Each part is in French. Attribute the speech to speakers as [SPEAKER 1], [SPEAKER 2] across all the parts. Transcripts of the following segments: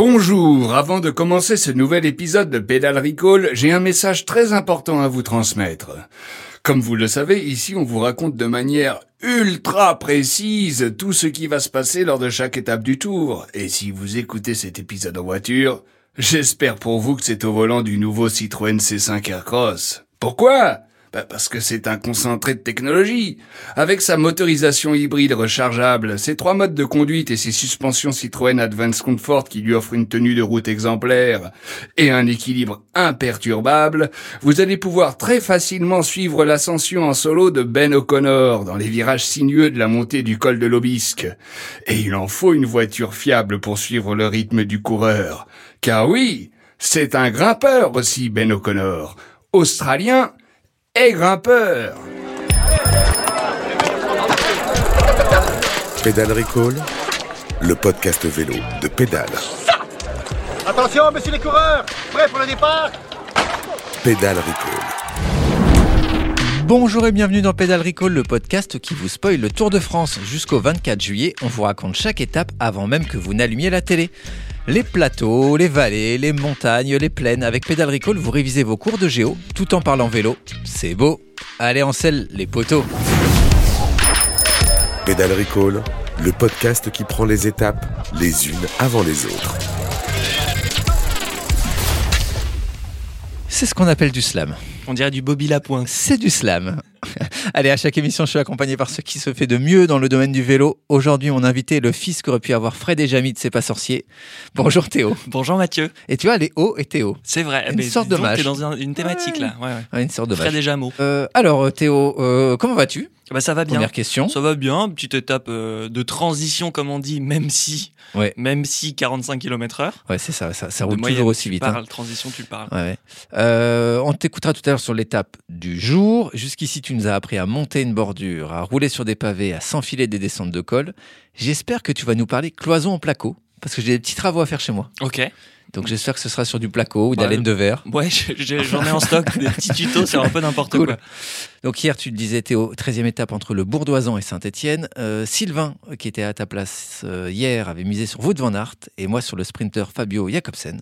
[SPEAKER 1] Bonjour, avant de commencer ce nouvel épisode de Pédale Recall, j'ai un message très important à vous transmettre. Comme vous le savez, ici on vous raconte de manière ultra précise tout ce qui va se passer lors de chaque étape du tour. Et si vous écoutez cet épisode en voiture, j'espère pour vous que c'est au volant du nouveau Citroën C5 Aircross. Pourquoi bah parce que c'est un concentré de technologie. Avec sa motorisation hybride rechargeable, ses trois modes de conduite et ses suspensions Citroën Advance Comfort qui lui offrent une tenue de route exemplaire et un équilibre imperturbable, vous allez pouvoir très facilement suivre l'ascension en solo de Ben O'Connor dans les virages sinueux de la montée du col de l'Aubisque. Et il en faut une voiture fiable pour suivre le rythme du coureur. Car oui, c'est un grimpeur aussi, Ben O'Connor. Australien, et grimpeur.
[SPEAKER 2] Pédale Recall, le podcast vélo de Pédale.
[SPEAKER 3] Attention, messieurs les coureurs, prêts pour le départ
[SPEAKER 2] Pédale Recall,
[SPEAKER 4] Bonjour et bienvenue dans Pédale Recall, le podcast qui vous spoil le Tour de France. Jusqu'au 24 juillet, on vous raconte chaque étape avant même que vous n'allumiez la télé. Les plateaux, les vallées, les montagnes, les plaines. Avec Pédale Recall, vous révisez vos cours de géo tout en parlant vélo. C'est beau. Allez en selle, les poteaux.
[SPEAKER 2] Pédale Recall, le podcast qui prend les étapes les unes avant les autres.
[SPEAKER 4] C'est ce qu'on appelle du slam.
[SPEAKER 5] On dirait du Bobby Lapointe.
[SPEAKER 4] C'est du slam. Allez, à chaque émission, je suis accompagné par ce qui se fait de mieux dans le domaine du vélo. Aujourd'hui, mon invité est le fils qu'aurait pu avoir Fred et Jamy de C'est pas sorcier. Bonjour Théo.
[SPEAKER 5] Bonjour Mathieu.
[SPEAKER 4] Et tu vois, les hauts et Théo.
[SPEAKER 5] C'est vrai.
[SPEAKER 4] Une
[SPEAKER 5] mais
[SPEAKER 4] sorte
[SPEAKER 5] dis donc,
[SPEAKER 4] d'hommage.
[SPEAKER 5] T'es dans un- une thématique là. Ouais, ouais.
[SPEAKER 4] Ouais, une sorte de
[SPEAKER 5] Fred
[SPEAKER 4] vache.
[SPEAKER 5] et Jameau.
[SPEAKER 4] Euh, alors Théo, euh, comment vas-tu
[SPEAKER 5] Bah, ça va bien.
[SPEAKER 4] Première question.
[SPEAKER 5] Ça va bien. Petite étape euh, de transition, comme on dit, même si,
[SPEAKER 4] Ouais.
[SPEAKER 5] même si 45 km/h.
[SPEAKER 4] Ouais, c'est ça, ça, ça
[SPEAKER 5] De
[SPEAKER 4] roule
[SPEAKER 5] moyenne,
[SPEAKER 4] toujours aussi
[SPEAKER 5] tu
[SPEAKER 4] vite. hein.
[SPEAKER 5] Parles, transition, tu parles.
[SPEAKER 4] Ouais, ouais. Euh, on t'écoutera tout à l'heure sur l'étape du jour. Jusqu'ici, tu nous as appris à monter une bordure, à rouler sur des pavés, à s'enfiler des descentes de col. J'espère que tu vas nous parler cloison en placo, parce que j'ai des petits travaux à faire chez moi.
[SPEAKER 5] Ok.
[SPEAKER 4] Donc j'espère que ce sera sur du placo ou de la
[SPEAKER 5] Ouais.
[SPEAKER 4] laine de verre.
[SPEAKER 5] Ouais, j'ai- j'ai- j'en ai en stock des petits tutos, c'est un peu n'importe
[SPEAKER 4] Cool.
[SPEAKER 5] quoi.
[SPEAKER 4] Donc hier, tu le disais, Théo, 13e étape entre le Bourdoisan et Saint-Etienne. Sylvain, euh, qui était à ta place euh, hier, avait misé sur Wout van Aert et moi sur le sprinter Fabio Jacobsen.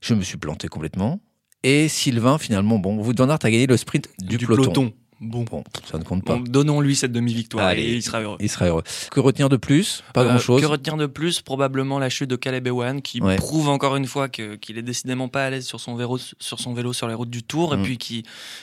[SPEAKER 4] Je me suis planté complètement. Et Sylvain, finalement, bon, Wout van Aert a gagné le sprint du, peloton.
[SPEAKER 5] Bon.
[SPEAKER 4] Bon, ça ne compte pas. Bah,
[SPEAKER 5] Bon, Donnons-lui cette demi-victoire
[SPEAKER 4] Allez.
[SPEAKER 5] et il sera heureux.
[SPEAKER 4] Il sera heureux. Que retenir de plus Pas
[SPEAKER 5] Euh,
[SPEAKER 4] grand-chose.
[SPEAKER 5] Que retenir de plus Probablement la chute de Caleb Ewan qui
[SPEAKER 4] Ouais.
[SPEAKER 5] prouve encore une fois que- qu'il est décidément pas à l'aise sur son vélo sur son vélo sur les routes du Tour
[SPEAKER 4] Mm.
[SPEAKER 5] et puis qui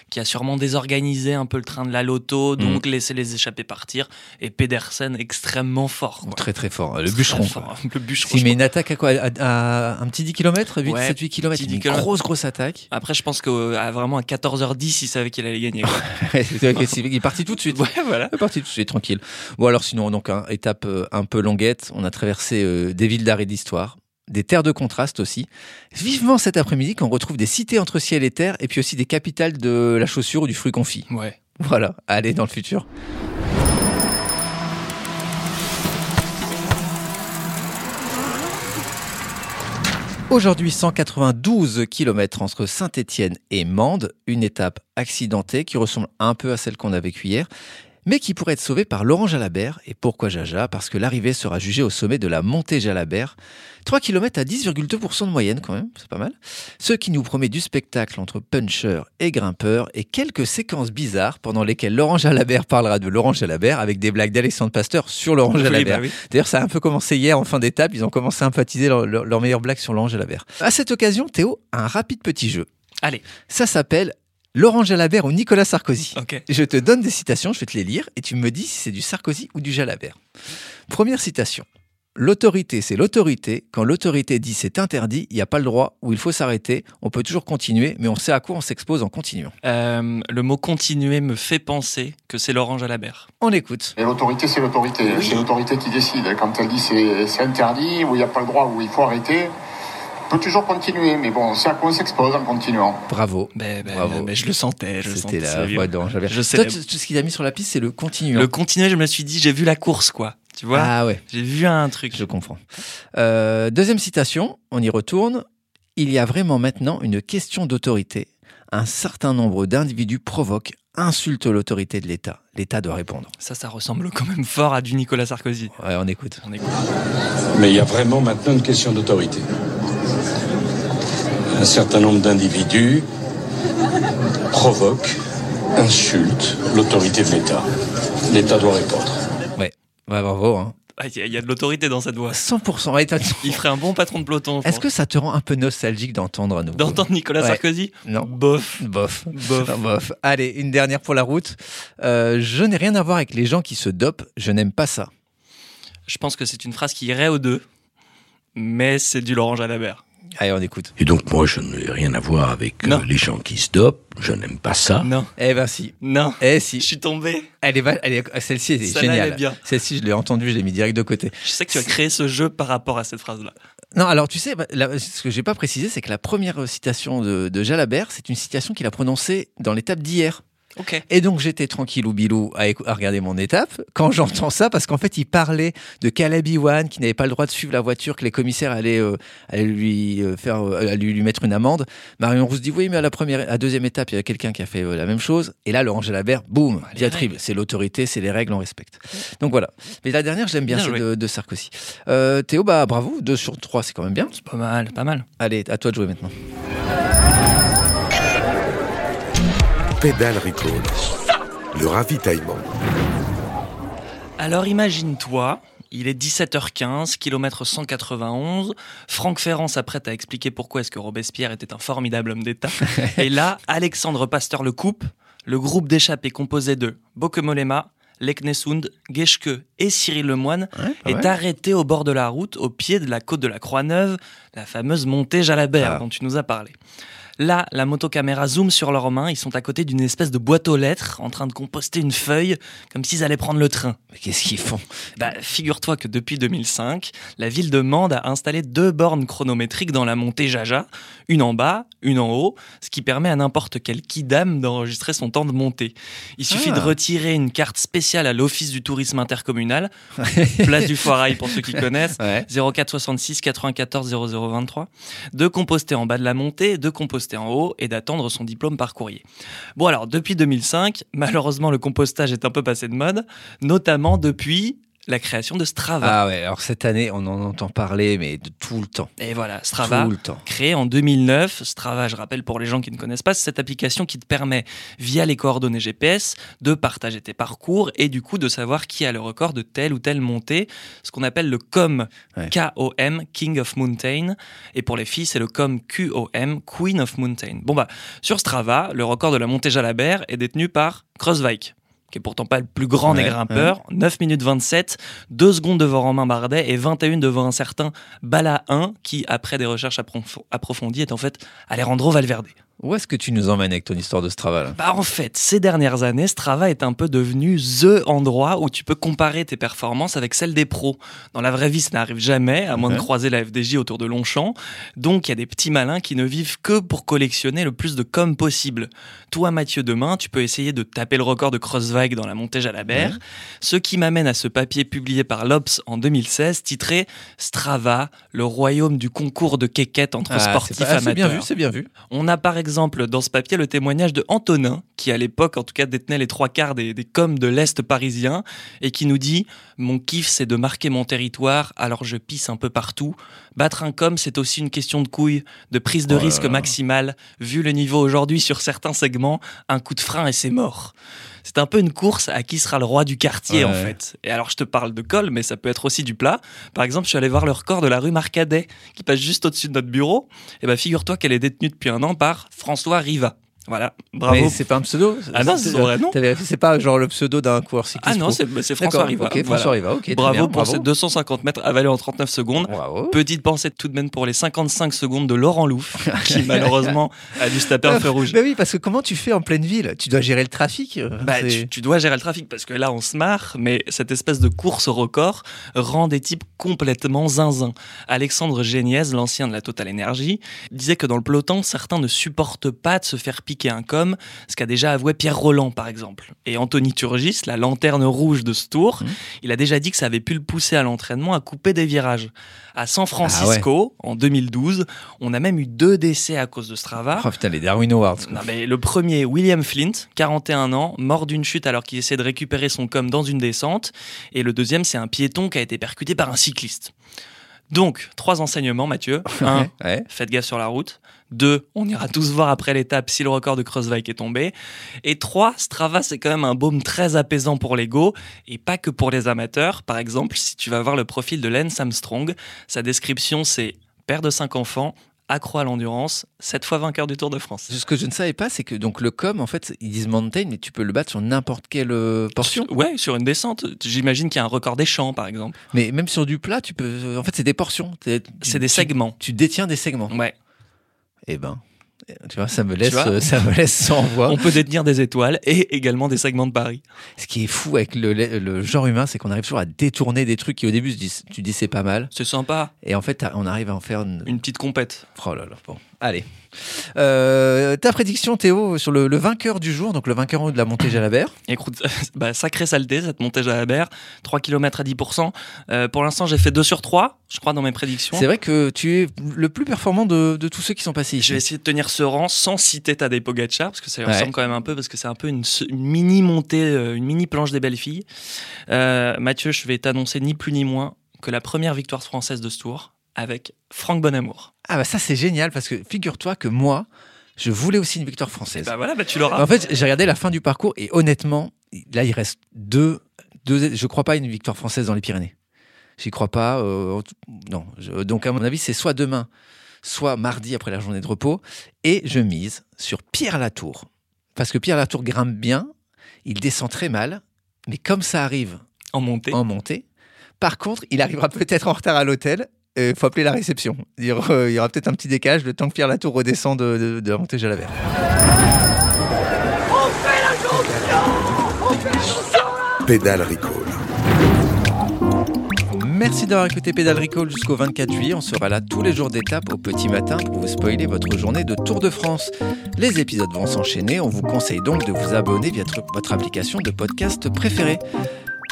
[SPEAKER 5] qui a sûrement désorganisé un peu le train de la
[SPEAKER 4] Mm.
[SPEAKER 5] loto donc laissé les échappés partir et Pedersen extrêmement fort. quoi.
[SPEAKER 4] Très très fort. Le
[SPEAKER 5] Très
[SPEAKER 4] bûcheron.
[SPEAKER 5] fort.
[SPEAKER 4] quoi.
[SPEAKER 5] Le bûcheron.
[SPEAKER 4] S'il met
[SPEAKER 5] je
[SPEAKER 4] une attaque à quoi à, à un petit 10 km 8,
[SPEAKER 5] Ouais,
[SPEAKER 4] 7, 8 km.
[SPEAKER 5] petit
[SPEAKER 4] Une
[SPEAKER 5] 10 kilomètres.
[SPEAKER 4] grosse grosse attaque.
[SPEAKER 5] crois. Après je pense que euh, à vraiment à 14h10 il savait qu'il allait gagner. quoi.
[SPEAKER 4] Il est parti tout de suite.
[SPEAKER 5] ouais voilà.
[SPEAKER 4] C'est parti, c'est tranquille. Bon, alors sinon, donc, hein, étape euh, un peu longuette. On a traversé euh, des villes d'art et d'histoire, des terres de contraste aussi. Vivement cet après-midi qu'on retrouve des cités entre ciel et terre, et puis aussi des capitales de la chaussure ou du fruit confit.
[SPEAKER 5] Ouais.
[SPEAKER 4] Voilà, allez dans le futur. Aujourd'hui, 192 km entre Saint-Étienne et Mende, une étape accidentée qui ressemble un peu à celle qu'on a vécue hier, mais qui pourrait être sauvée par Laurent Jalabert. Et pourquoi Jaja Parce que l'arrivée sera jugée au sommet de la montée Jalabert. 3 km à 10,2% de moyenne quand même, c'est pas mal. Ce qui nous promet du spectacle entre puncher et grimpeur et quelques séquences bizarres pendant lesquelles Laurent Jalabert parlera de Laurent Jalabert avec des blagues d'Alexandre Pasteur sur Laurent
[SPEAKER 5] Oui,
[SPEAKER 4] Jalabert.
[SPEAKER 5] bah oui.
[SPEAKER 4] D'ailleurs, ça a un peu commencé hier en fin d'étape. Ils ont commencé à empathiser leur, leur, leur meilleure blague sur l'orange Jalabert. À cette occasion, Théo a un rapide petit jeu.
[SPEAKER 5] Allez.
[SPEAKER 4] Ça s'appelle L'orange Jalabert ou Nicolas Sarkozy.
[SPEAKER 5] OK.
[SPEAKER 4] Je te donne des citations, je vais te les lire et tu me dis si c'est du Sarkozy ou du Jalabert. Première citation. L'autorité, c'est l'autorité. Quand l'autorité dit c'est interdit, il n'y a pas le droit ou il faut s'arrêter. On peut toujours continuer, mais on sait à quoi on s'expose en continuant.
[SPEAKER 5] Euh, le mot continuer me fait penser que c'est l'orange à la berre.
[SPEAKER 4] On écoute.
[SPEAKER 6] Et l'autorité, c'est l'autorité. C'est l'autorité qui décide. Quand elle dit c'est c'est interdit, ou il n'y a pas le droit, ou il faut arrêter, on peut toujours continuer. Mais bon, c'est à quoi on s'expose en continuant.
[SPEAKER 4] Bravo.
[SPEAKER 5] Ben, ben,
[SPEAKER 4] Bravo.
[SPEAKER 5] ben, je le sentais, je le
[SPEAKER 4] C'était
[SPEAKER 5] sentais.
[SPEAKER 4] la
[SPEAKER 5] c'est
[SPEAKER 4] voix
[SPEAKER 5] bien.
[SPEAKER 4] d'Orange Jalabert.
[SPEAKER 5] Je sais
[SPEAKER 4] Toi,
[SPEAKER 5] la-
[SPEAKER 4] tu- tout ce qu'il a mis sur la piste, c'est le continuant.
[SPEAKER 5] Le continuer, je me suis dit j'ai vu la course quoi. Tu vois
[SPEAKER 4] Ah ouais.
[SPEAKER 5] J'ai vu un truc.
[SPEAKER 4] Je comprends. Euh, deuxième citation, on y retourne. Il y a vraiment maintenant une question d'autorité. Un certain nombre d'individus provoquent insulte l'autorité de l'État. L'État doit répondre.
[SPEAKER 5] Ça, ça ressemble quand même fort à du Nicolas Sarkozy.
[SPEAKER 4] Ouais, on écoute.
[SPEAKER 5] On écoute.
[SPEAKER 7] Mais il y a vraiment maintenant une question d'autorité. Un certain nombre d'individus provoquent, insultent l'autorité de l'État. L'État doit répondre.
[SPEAKER 4] Ouais, ouais bravo. Hein.
[SPEAKER 5] Ah, Il y, a- il y a de l'autorité dans cette voix.
[SPEAKER 4] 100%. Ouais, t'as-
[SPEAKER 5] Il ferait un bon patron de peloton. je
[SPEAKER 4] Est-ce que
[SPEAKER 5] pense.
[SPEAKER 4] ça te rend un peu nostalgique d'entendre à nouveau
[SPEAKER 5] d'entendre Nicolas
[SPEAKER 4] Ouais.
[SPEAKER 5] Sarkozy
[SPEAKER 4] Non.
[SPEAKER 5] Bof.
[SPEAKER 4] Bof.
[SPEAKER 5] Bof.
[SPEAKER 4] Non, bof. Allez, une dernière pour la route. Euh, je n'ai rien à voir avec les gens qui se dopent. Je n'aime pas ça.
[SPEAKER 5] Je pense que c'est une phrase qui irait aux deux, mais c'est du Laurent Jalabert.
[SPEAKER 4] Allez, on écoute.
[SPEAKER 8] Et donc moi, je n'ai rien à voir avec euh,
[SPEAKER 5] Non.
[SPEAKER 8] les gens qui se dopent. Je n'aime pas ça.
[SPEAKER 5] Non,
[SPEAKER 4] Eh ben si.
[SPEAKER 5] non.
[SPEAKER 4] Eh
[SPEAKER 5] Je
[SPEAKER 4] si.
[SPEAKER 5] suis tombé.
[SPEAKER 4] Elle est, va- elle est- Celle-ci est
[SPEAKER 5] Ça, là, elle est
[SPEAKER 4] géniale.
[SPEAKER 5] bien.
[SPEAKER 4] Celle-ci, je l'ai entendue, je l'ai mis direct de côté.
[SPEAKER 5] Je sais que tu as créé ce jeu par rapport à cette phrase-là.
[SPEAKER 4] Non, alors tu sais, bah, la- ce que j'ai pas précisé, c'est que la première citation de, de Jalabert, c'est une citation qu'il a prononcée dans l'étape d'hier.
[SPEAKER 5] Ok.
[SPEAKER 4] Et donc j'étais tranquille ou bilou à, écou- à regarder mon étape quand j'entends ça parce qu'en fait il parlait de Calabi-Wan qui n'avait pas le droit de suivre la voiture que les commissaires allaient, euh, allaient lui euh, faire euh, allaient lui, lui mettre une amende. Marion Rousse dit oui mais à la première à la deuxième étape il y a quelqu'un qui a fait euh, la même chose et là Laurent Jalabert boum
[SPEAKER 5] les
[SPEAKER 4] diatribe c'est l'autorité c'est les règles on respecte. Donc voilà. Mais la dernière je l'aime bien,
[SPEAKER 5] Bien
[SPEAKER 4] celle
[SPEAKER 5] joué.
[SPEAKER 4] de, de Sarkozy. Euh, Théo bah bravo 2 sur 3 c'est quand même bien.
[SPEAKER 5] C'est pas mal, pas mal.
[SPEAKER 4] Allez à toi de jouer maintenant.
[SPEAKER 2] Pédale Recall. Le ravitaillement.
[SPEAKER 5] Alors imagine-toi, il est 17h15, kilomètre 191. Franck Ferrand s'apprête à expliquer pourquoi est-ce que Robespierre était un formidable homme d'État. Et là, Alexandre Pasteur le coupe. Le groupe d'échappés composé de Bokemolema, Leknesund, Geschke et Cyril Lemoine est arrêté au bord de la route, au pied de la côte de la Croix-Neuve, la fameuse montée Jalabert
[SPEAKER 4] Ah.
[SPEAKER 5] dont tu nous as parlé. Là, la motocaméra zoom sur leurs mains, ils sont à côté d'une espèce de boîte aux lettres, en train de composter une feuille, comme s'ils allaient prendre le train.
[SPEAKER 4] Mais qu'est-ce qu'ils font
[SPEAKER 5] Bah, figure-toi que depuis 2005, la ville de Mende a installé deux bornes chronométriques dans la montée Jaja, une en bas, une en haut, ce qui permet à n'importe quel kidam d'enregistrer son temps de montée. Il suffit
[SPEAKER 4] Ah.
[SPEAKER 5] de retirer une carte spéciale à l'Office du tourisme intercommunal, place du Foirail pour ceux qui connaissent.
[SPEAKER 4] Ouais.
[SPEAKER 5] 04 66 94 00 23, de composter en bas de la montée, de composter en haut et d'attendre son diplôme par courrier. Bon alors, depuis 2005, malheureusement le compostage est un peu passé de mode, notamment depuis la création de Strava.
[SPEAKER 4] Ah ouais, alors cette année, on en entend parler, mais de tout le temps.
[SPEAKER 5] Et voilà, Strava,
[SPEAKER 4] Tout le temps.
[SPEAKER 5] Créée en 2009, Strava, je rappelle pour les gens qui ne connaissent pas, c'est cette application qui te permet, via les coordonnées GPS, de partager tes parcours et du coup de savoir qui a le record de telle ou telle montée, ce qu'on appelle le COM,
[SPEAKER 4] Ouais.
[SPEAKER 5] K-O-M, King of Mountain, et pour les filles, c'est le COM Q-O-M, Queen of Mountain. Bon bah, sur Strava, le record de la montée Jalabert est détenu par Crossvike qui est pourtant pas le plus grand
[SPEAKER 4] Ouais,
[SPEAKER 5] des grimpeurs, 9 minutes 27, 2 secondes devant Romain Bardet et 21 devant un certain Bala 1 qui, après des recherches approf- approfondies, est en fait Alejandro Valverde.
[SPEAKER 4] Où est-ce que tu nous emmènes avec ton histoire de Strava là
[SPEAKER 5] Bah en fait, ces dernières années, Strava est un peu devenu THE endroit où tu peux comparer tes performances avec celles des pros. Dans la vraie vie, ça n'arrive jamais, à moins de
[SPEAKER 4] Mhm.
[SPEAKER 5] croiser la FDJ autour de Longchamp. Donc il y a des petits malins qui ne vivent que pour collectionner le plus de com possible. Toi, Mathieu, demain, tu peux essayer de taper le record de Crossvike dans la montée Jalabert. Ce qui m'amène à ce papier publié par l'Obs en 2016, titré Strava, le royaume du concours de quéquettes entre
[SPEAKER 4] Ah, c'est
[SPEAKER 5] sportifs
[SPEAKER 4] pas- ah, C'est bien
[SPEAKER 5] amateurs.
[SPEAKER 4] vu, c'est bien vu.
[SPEAKER 5] On a par exemple dans ce papier le témoignage de Antonin, qui à l'époque en tout cas détenait les trois quarts des, des coms de l'Est parisien, et qui nous dit Mon kiff c'est de marquer mon territoire, alors je pisse un peu partout. Battre un com c'est aussi une question de couille, de prise de
[SPEAKER 4] Oh là
[SPEAKER 5] risque
[SPEAKER 4] là.
[SPEAKER 5] maximale. Vu le niveau aujourd'hui sur certains segments, un coup de frein et c'est mort. C'est un peu une course à qui sera le roi du quartier
[SPEAKER 4] Ouais,
[SPEAKER 5] en
[SPEAKER 4] ouais.
[SPEAKER 5] fait. Et alors je te parle de col, mais ça peut être aussi du plat. Par exemple, je suis allé voir le record de la rue Marcadet, qui passe juste au-dessus de notre bureau. Eh ben, figure-toi qu'elle est détenue depuis un an par François Riva. Voilà, bravo.
[SPEAKER 4] Mais c'est pas un pseudo
[SPEAKER 5] Ah non, c'est son vrai nom.
[SPEAKER 4] T'as vérifié, c'est pas genre le pseudo d'un coureur cycliste.
[SPEAKER 5] Ah non,
[SPEAKER 4] pro.
[SPEAKER 5] c'est c'est
[SPEAKER 4] D'accord,
[SPEAKER 5] François Riva.
[SPEAKER 4] Ok,
[SPEAKER 5] Voilà.
[SPEAKER 4] François Riva, ok. très
[SPEAKER 5] Bravo
[SPEAKER 4] bien,
[SPEAKER 5] pour ces 250 mètres avalés en 39 secondes.
[SPEAKER 4] Bravo.
[SPEAKER 5] Petite pensée tout de même pour les 55 secondes de Laurent Louf, qui malheureusement a dû se taper un feu rouge.
[SPEAKER 4] Bah oui, parce que comment tu fais en pleine ville Tu dois gérer le trafic euh,
[SPEAKER 5] Bah,
[SPEAKER 4] c'est-
[SPEAKER 5] tu, tu dois gérer le trafic parce que là on se marre, mais cette espèce de course au record rend des types complètement zinzin. Alexandre Géniez, l'ancien de la Total Energy, disait que dans le peloton, certains ne supportent pas de se faire piquer piquer un com, ce qu'a déjà avoué Pierre Roland par exemple. Et Anthony Turgis, la lanterne rouge de ce tour,
[SPEAKER 4] Mhm.
[SPEAKER 5] il a déjà dit que ça avait pu le pousser à l'entraînement à couper des virages. À San Francisco, en 2012, on a même eu deux décès à cause de ce travail.
[SPEAKER 4] Oh putain, les Darwin Awards. quoi.
[SPEAKER 5] Non, mais le premier, William Flint, 41 ans, mort d'une chute alors qu'il essaie de récupérer son com dans une descente. Et le deuxième, c'est un piéton qui a été percuté par un cycliste. Donc, trois enseignements, Mathieu. Un,
[SPEAKER 4] Ouais, ouais.
[SPEAKER 5] faites gaffe sur la route. Deux, on ira tous voir après l'étape si le record de Crossvike est tombé. Et trois, Strava, c'est quand même un baume très apaisant pour l'ego, et pas que pour les amateurs. Par exemple, si tu vas voir le profil de Lance Armstrong, sa description c'est père de cinq enfants, accro à l'endurance, sept fois vainqueur du Tour de France.
[SPEAKER 4] Ce que je ne savais pas, c'est que donc le com, en fait, ils disent mountain, mais tu peux le battre sur n'importe quelle euh, portion.
[SPEAKER 5] Ouais, sur une descente. J'imagine qu'il y a un record des champs, par exemple.
[SPEAKER 4] Mais même sur du plat, tu peux. En fait, c'est des portions. T'es- tu-
[SPEAKER 5] C'est des
[SPEAKER 4] tu-
[SPEAKER 5] segments.
[SPEAKER 4] Tu détiens des segments.
[SPEAKER 5] Ouais.
[SPEAKER 4] Eh ben, tu vois, ça me laisse,
[SPEAKER 5] vois
[SPEAKER 4] euh, ça me laisse sans voix.
[SPEAKER 5] On peut détenir des étoiles et également des segments de Paris.
[SPEAKER 4] Ce qui est fou avec le, le genre humain, c'est qu'on arrive toujours à détourner des trucs qui au début se disent, tu dis c'est pas mal,
[SPEAKER 5] C'est sympa.
[SPEAKER 4] et en fait t'as- on arrive à en faire une.
[SPEAKER 5] Une petite compète.
[SPEAKER 4] Oh là là, bon, allez. Euh, ta prédiction, Théo, sur le, le vainqueur du jour, donc le vainqueur en haut de la montée Jalabert.
[SPEAKER 5] Écoute, bah, sacrée saleté, cette montée Jalabert. 3 km à 10%. Euh, pour l'instant, j'ai fait 2 sur 3, je crois, dans mes prédictions.
[SPEAKER 4] C'est vrai que tu es le plus performant de, de tous ceux qui sont passés
[SPEAKER 5] Je vais
[SPEAKER 4] ici.
[SPEAKER 5] essayer de tenir ce rang sans citer Tadej Pogacar, parce que ça lui
[SPEAKER 4] Ouais.
[SPEAKER 5] ressemble quand même un peu, parce que c'est un peu une, se- une mini montée, euh, une mini planche des belles filles. Euh, Mathieu, je vais t'annoncer ni plus ni moins que la première victoire française de ce tour avec Franck Bonamour.
[SPEAKER 4] Ah bah ça c'est génial parce que figure-toi que moi, je voulais aussi une victoire française.
[SPEAKER 5] Bah voilà, bah tu l'auras.
[SPEAKER 4] En fait, j'ai regardé la fin du parcours et honnêtement, là, il reste deux. deux je crois pas à une victoire française dans les Pyrénées. J'y crois pas. euh, en tout- non. Je- donc, à mon avis, c'est soit demain, soit mardi après la journée de repos. Et je mise sur Pierre Latour. Parce que Pierre Latour grimpe bien, il descend très mal, mais comme ça arrive
[SPEAKER 5] En montée.
[SPEAKER 4] en montée. Par contre, il arrivera peut-être en retard à l'hôtel. Il faut appeler la réception. Il y aura, il y aura peut-être un petit décalage le temps que Pierre Latour redescend de, de, de la montée Jalabert.
[SPEAKER 2] Pédale Recall.
[SPEAKER 4] Merci d'avoir écouté Pédale Recall jusqu'au 24 juillet. On sera là tous les jours d'étape au petit matin pour vous spoiler votre journée de Tour de France. Les épisodes vont s'enchaîner. On vous conseille donc de vous abonner via tr- votre application de podcast préférée.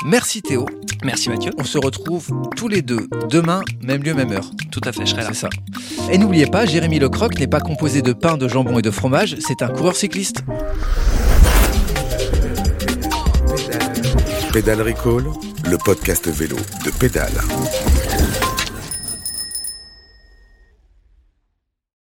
[SPEAKER 4] Merci Théo.
[SPEAKER 5] Merci Mathieu.
[SPEAKER 4] On se retrouve tous les deux demain, même lieu, même heure.
[SPEAKER 5] Tout à fait, je serai là.
[SPEAKER 4] C'est ça. Et n'oubliez pas, Jérémy Lecroc n'est pas composé de pain, de jambon et de fromage. C'est un coureur cycliste.
[SPEAKER 2] Pédale Recall, le podcast vélo de Pédale.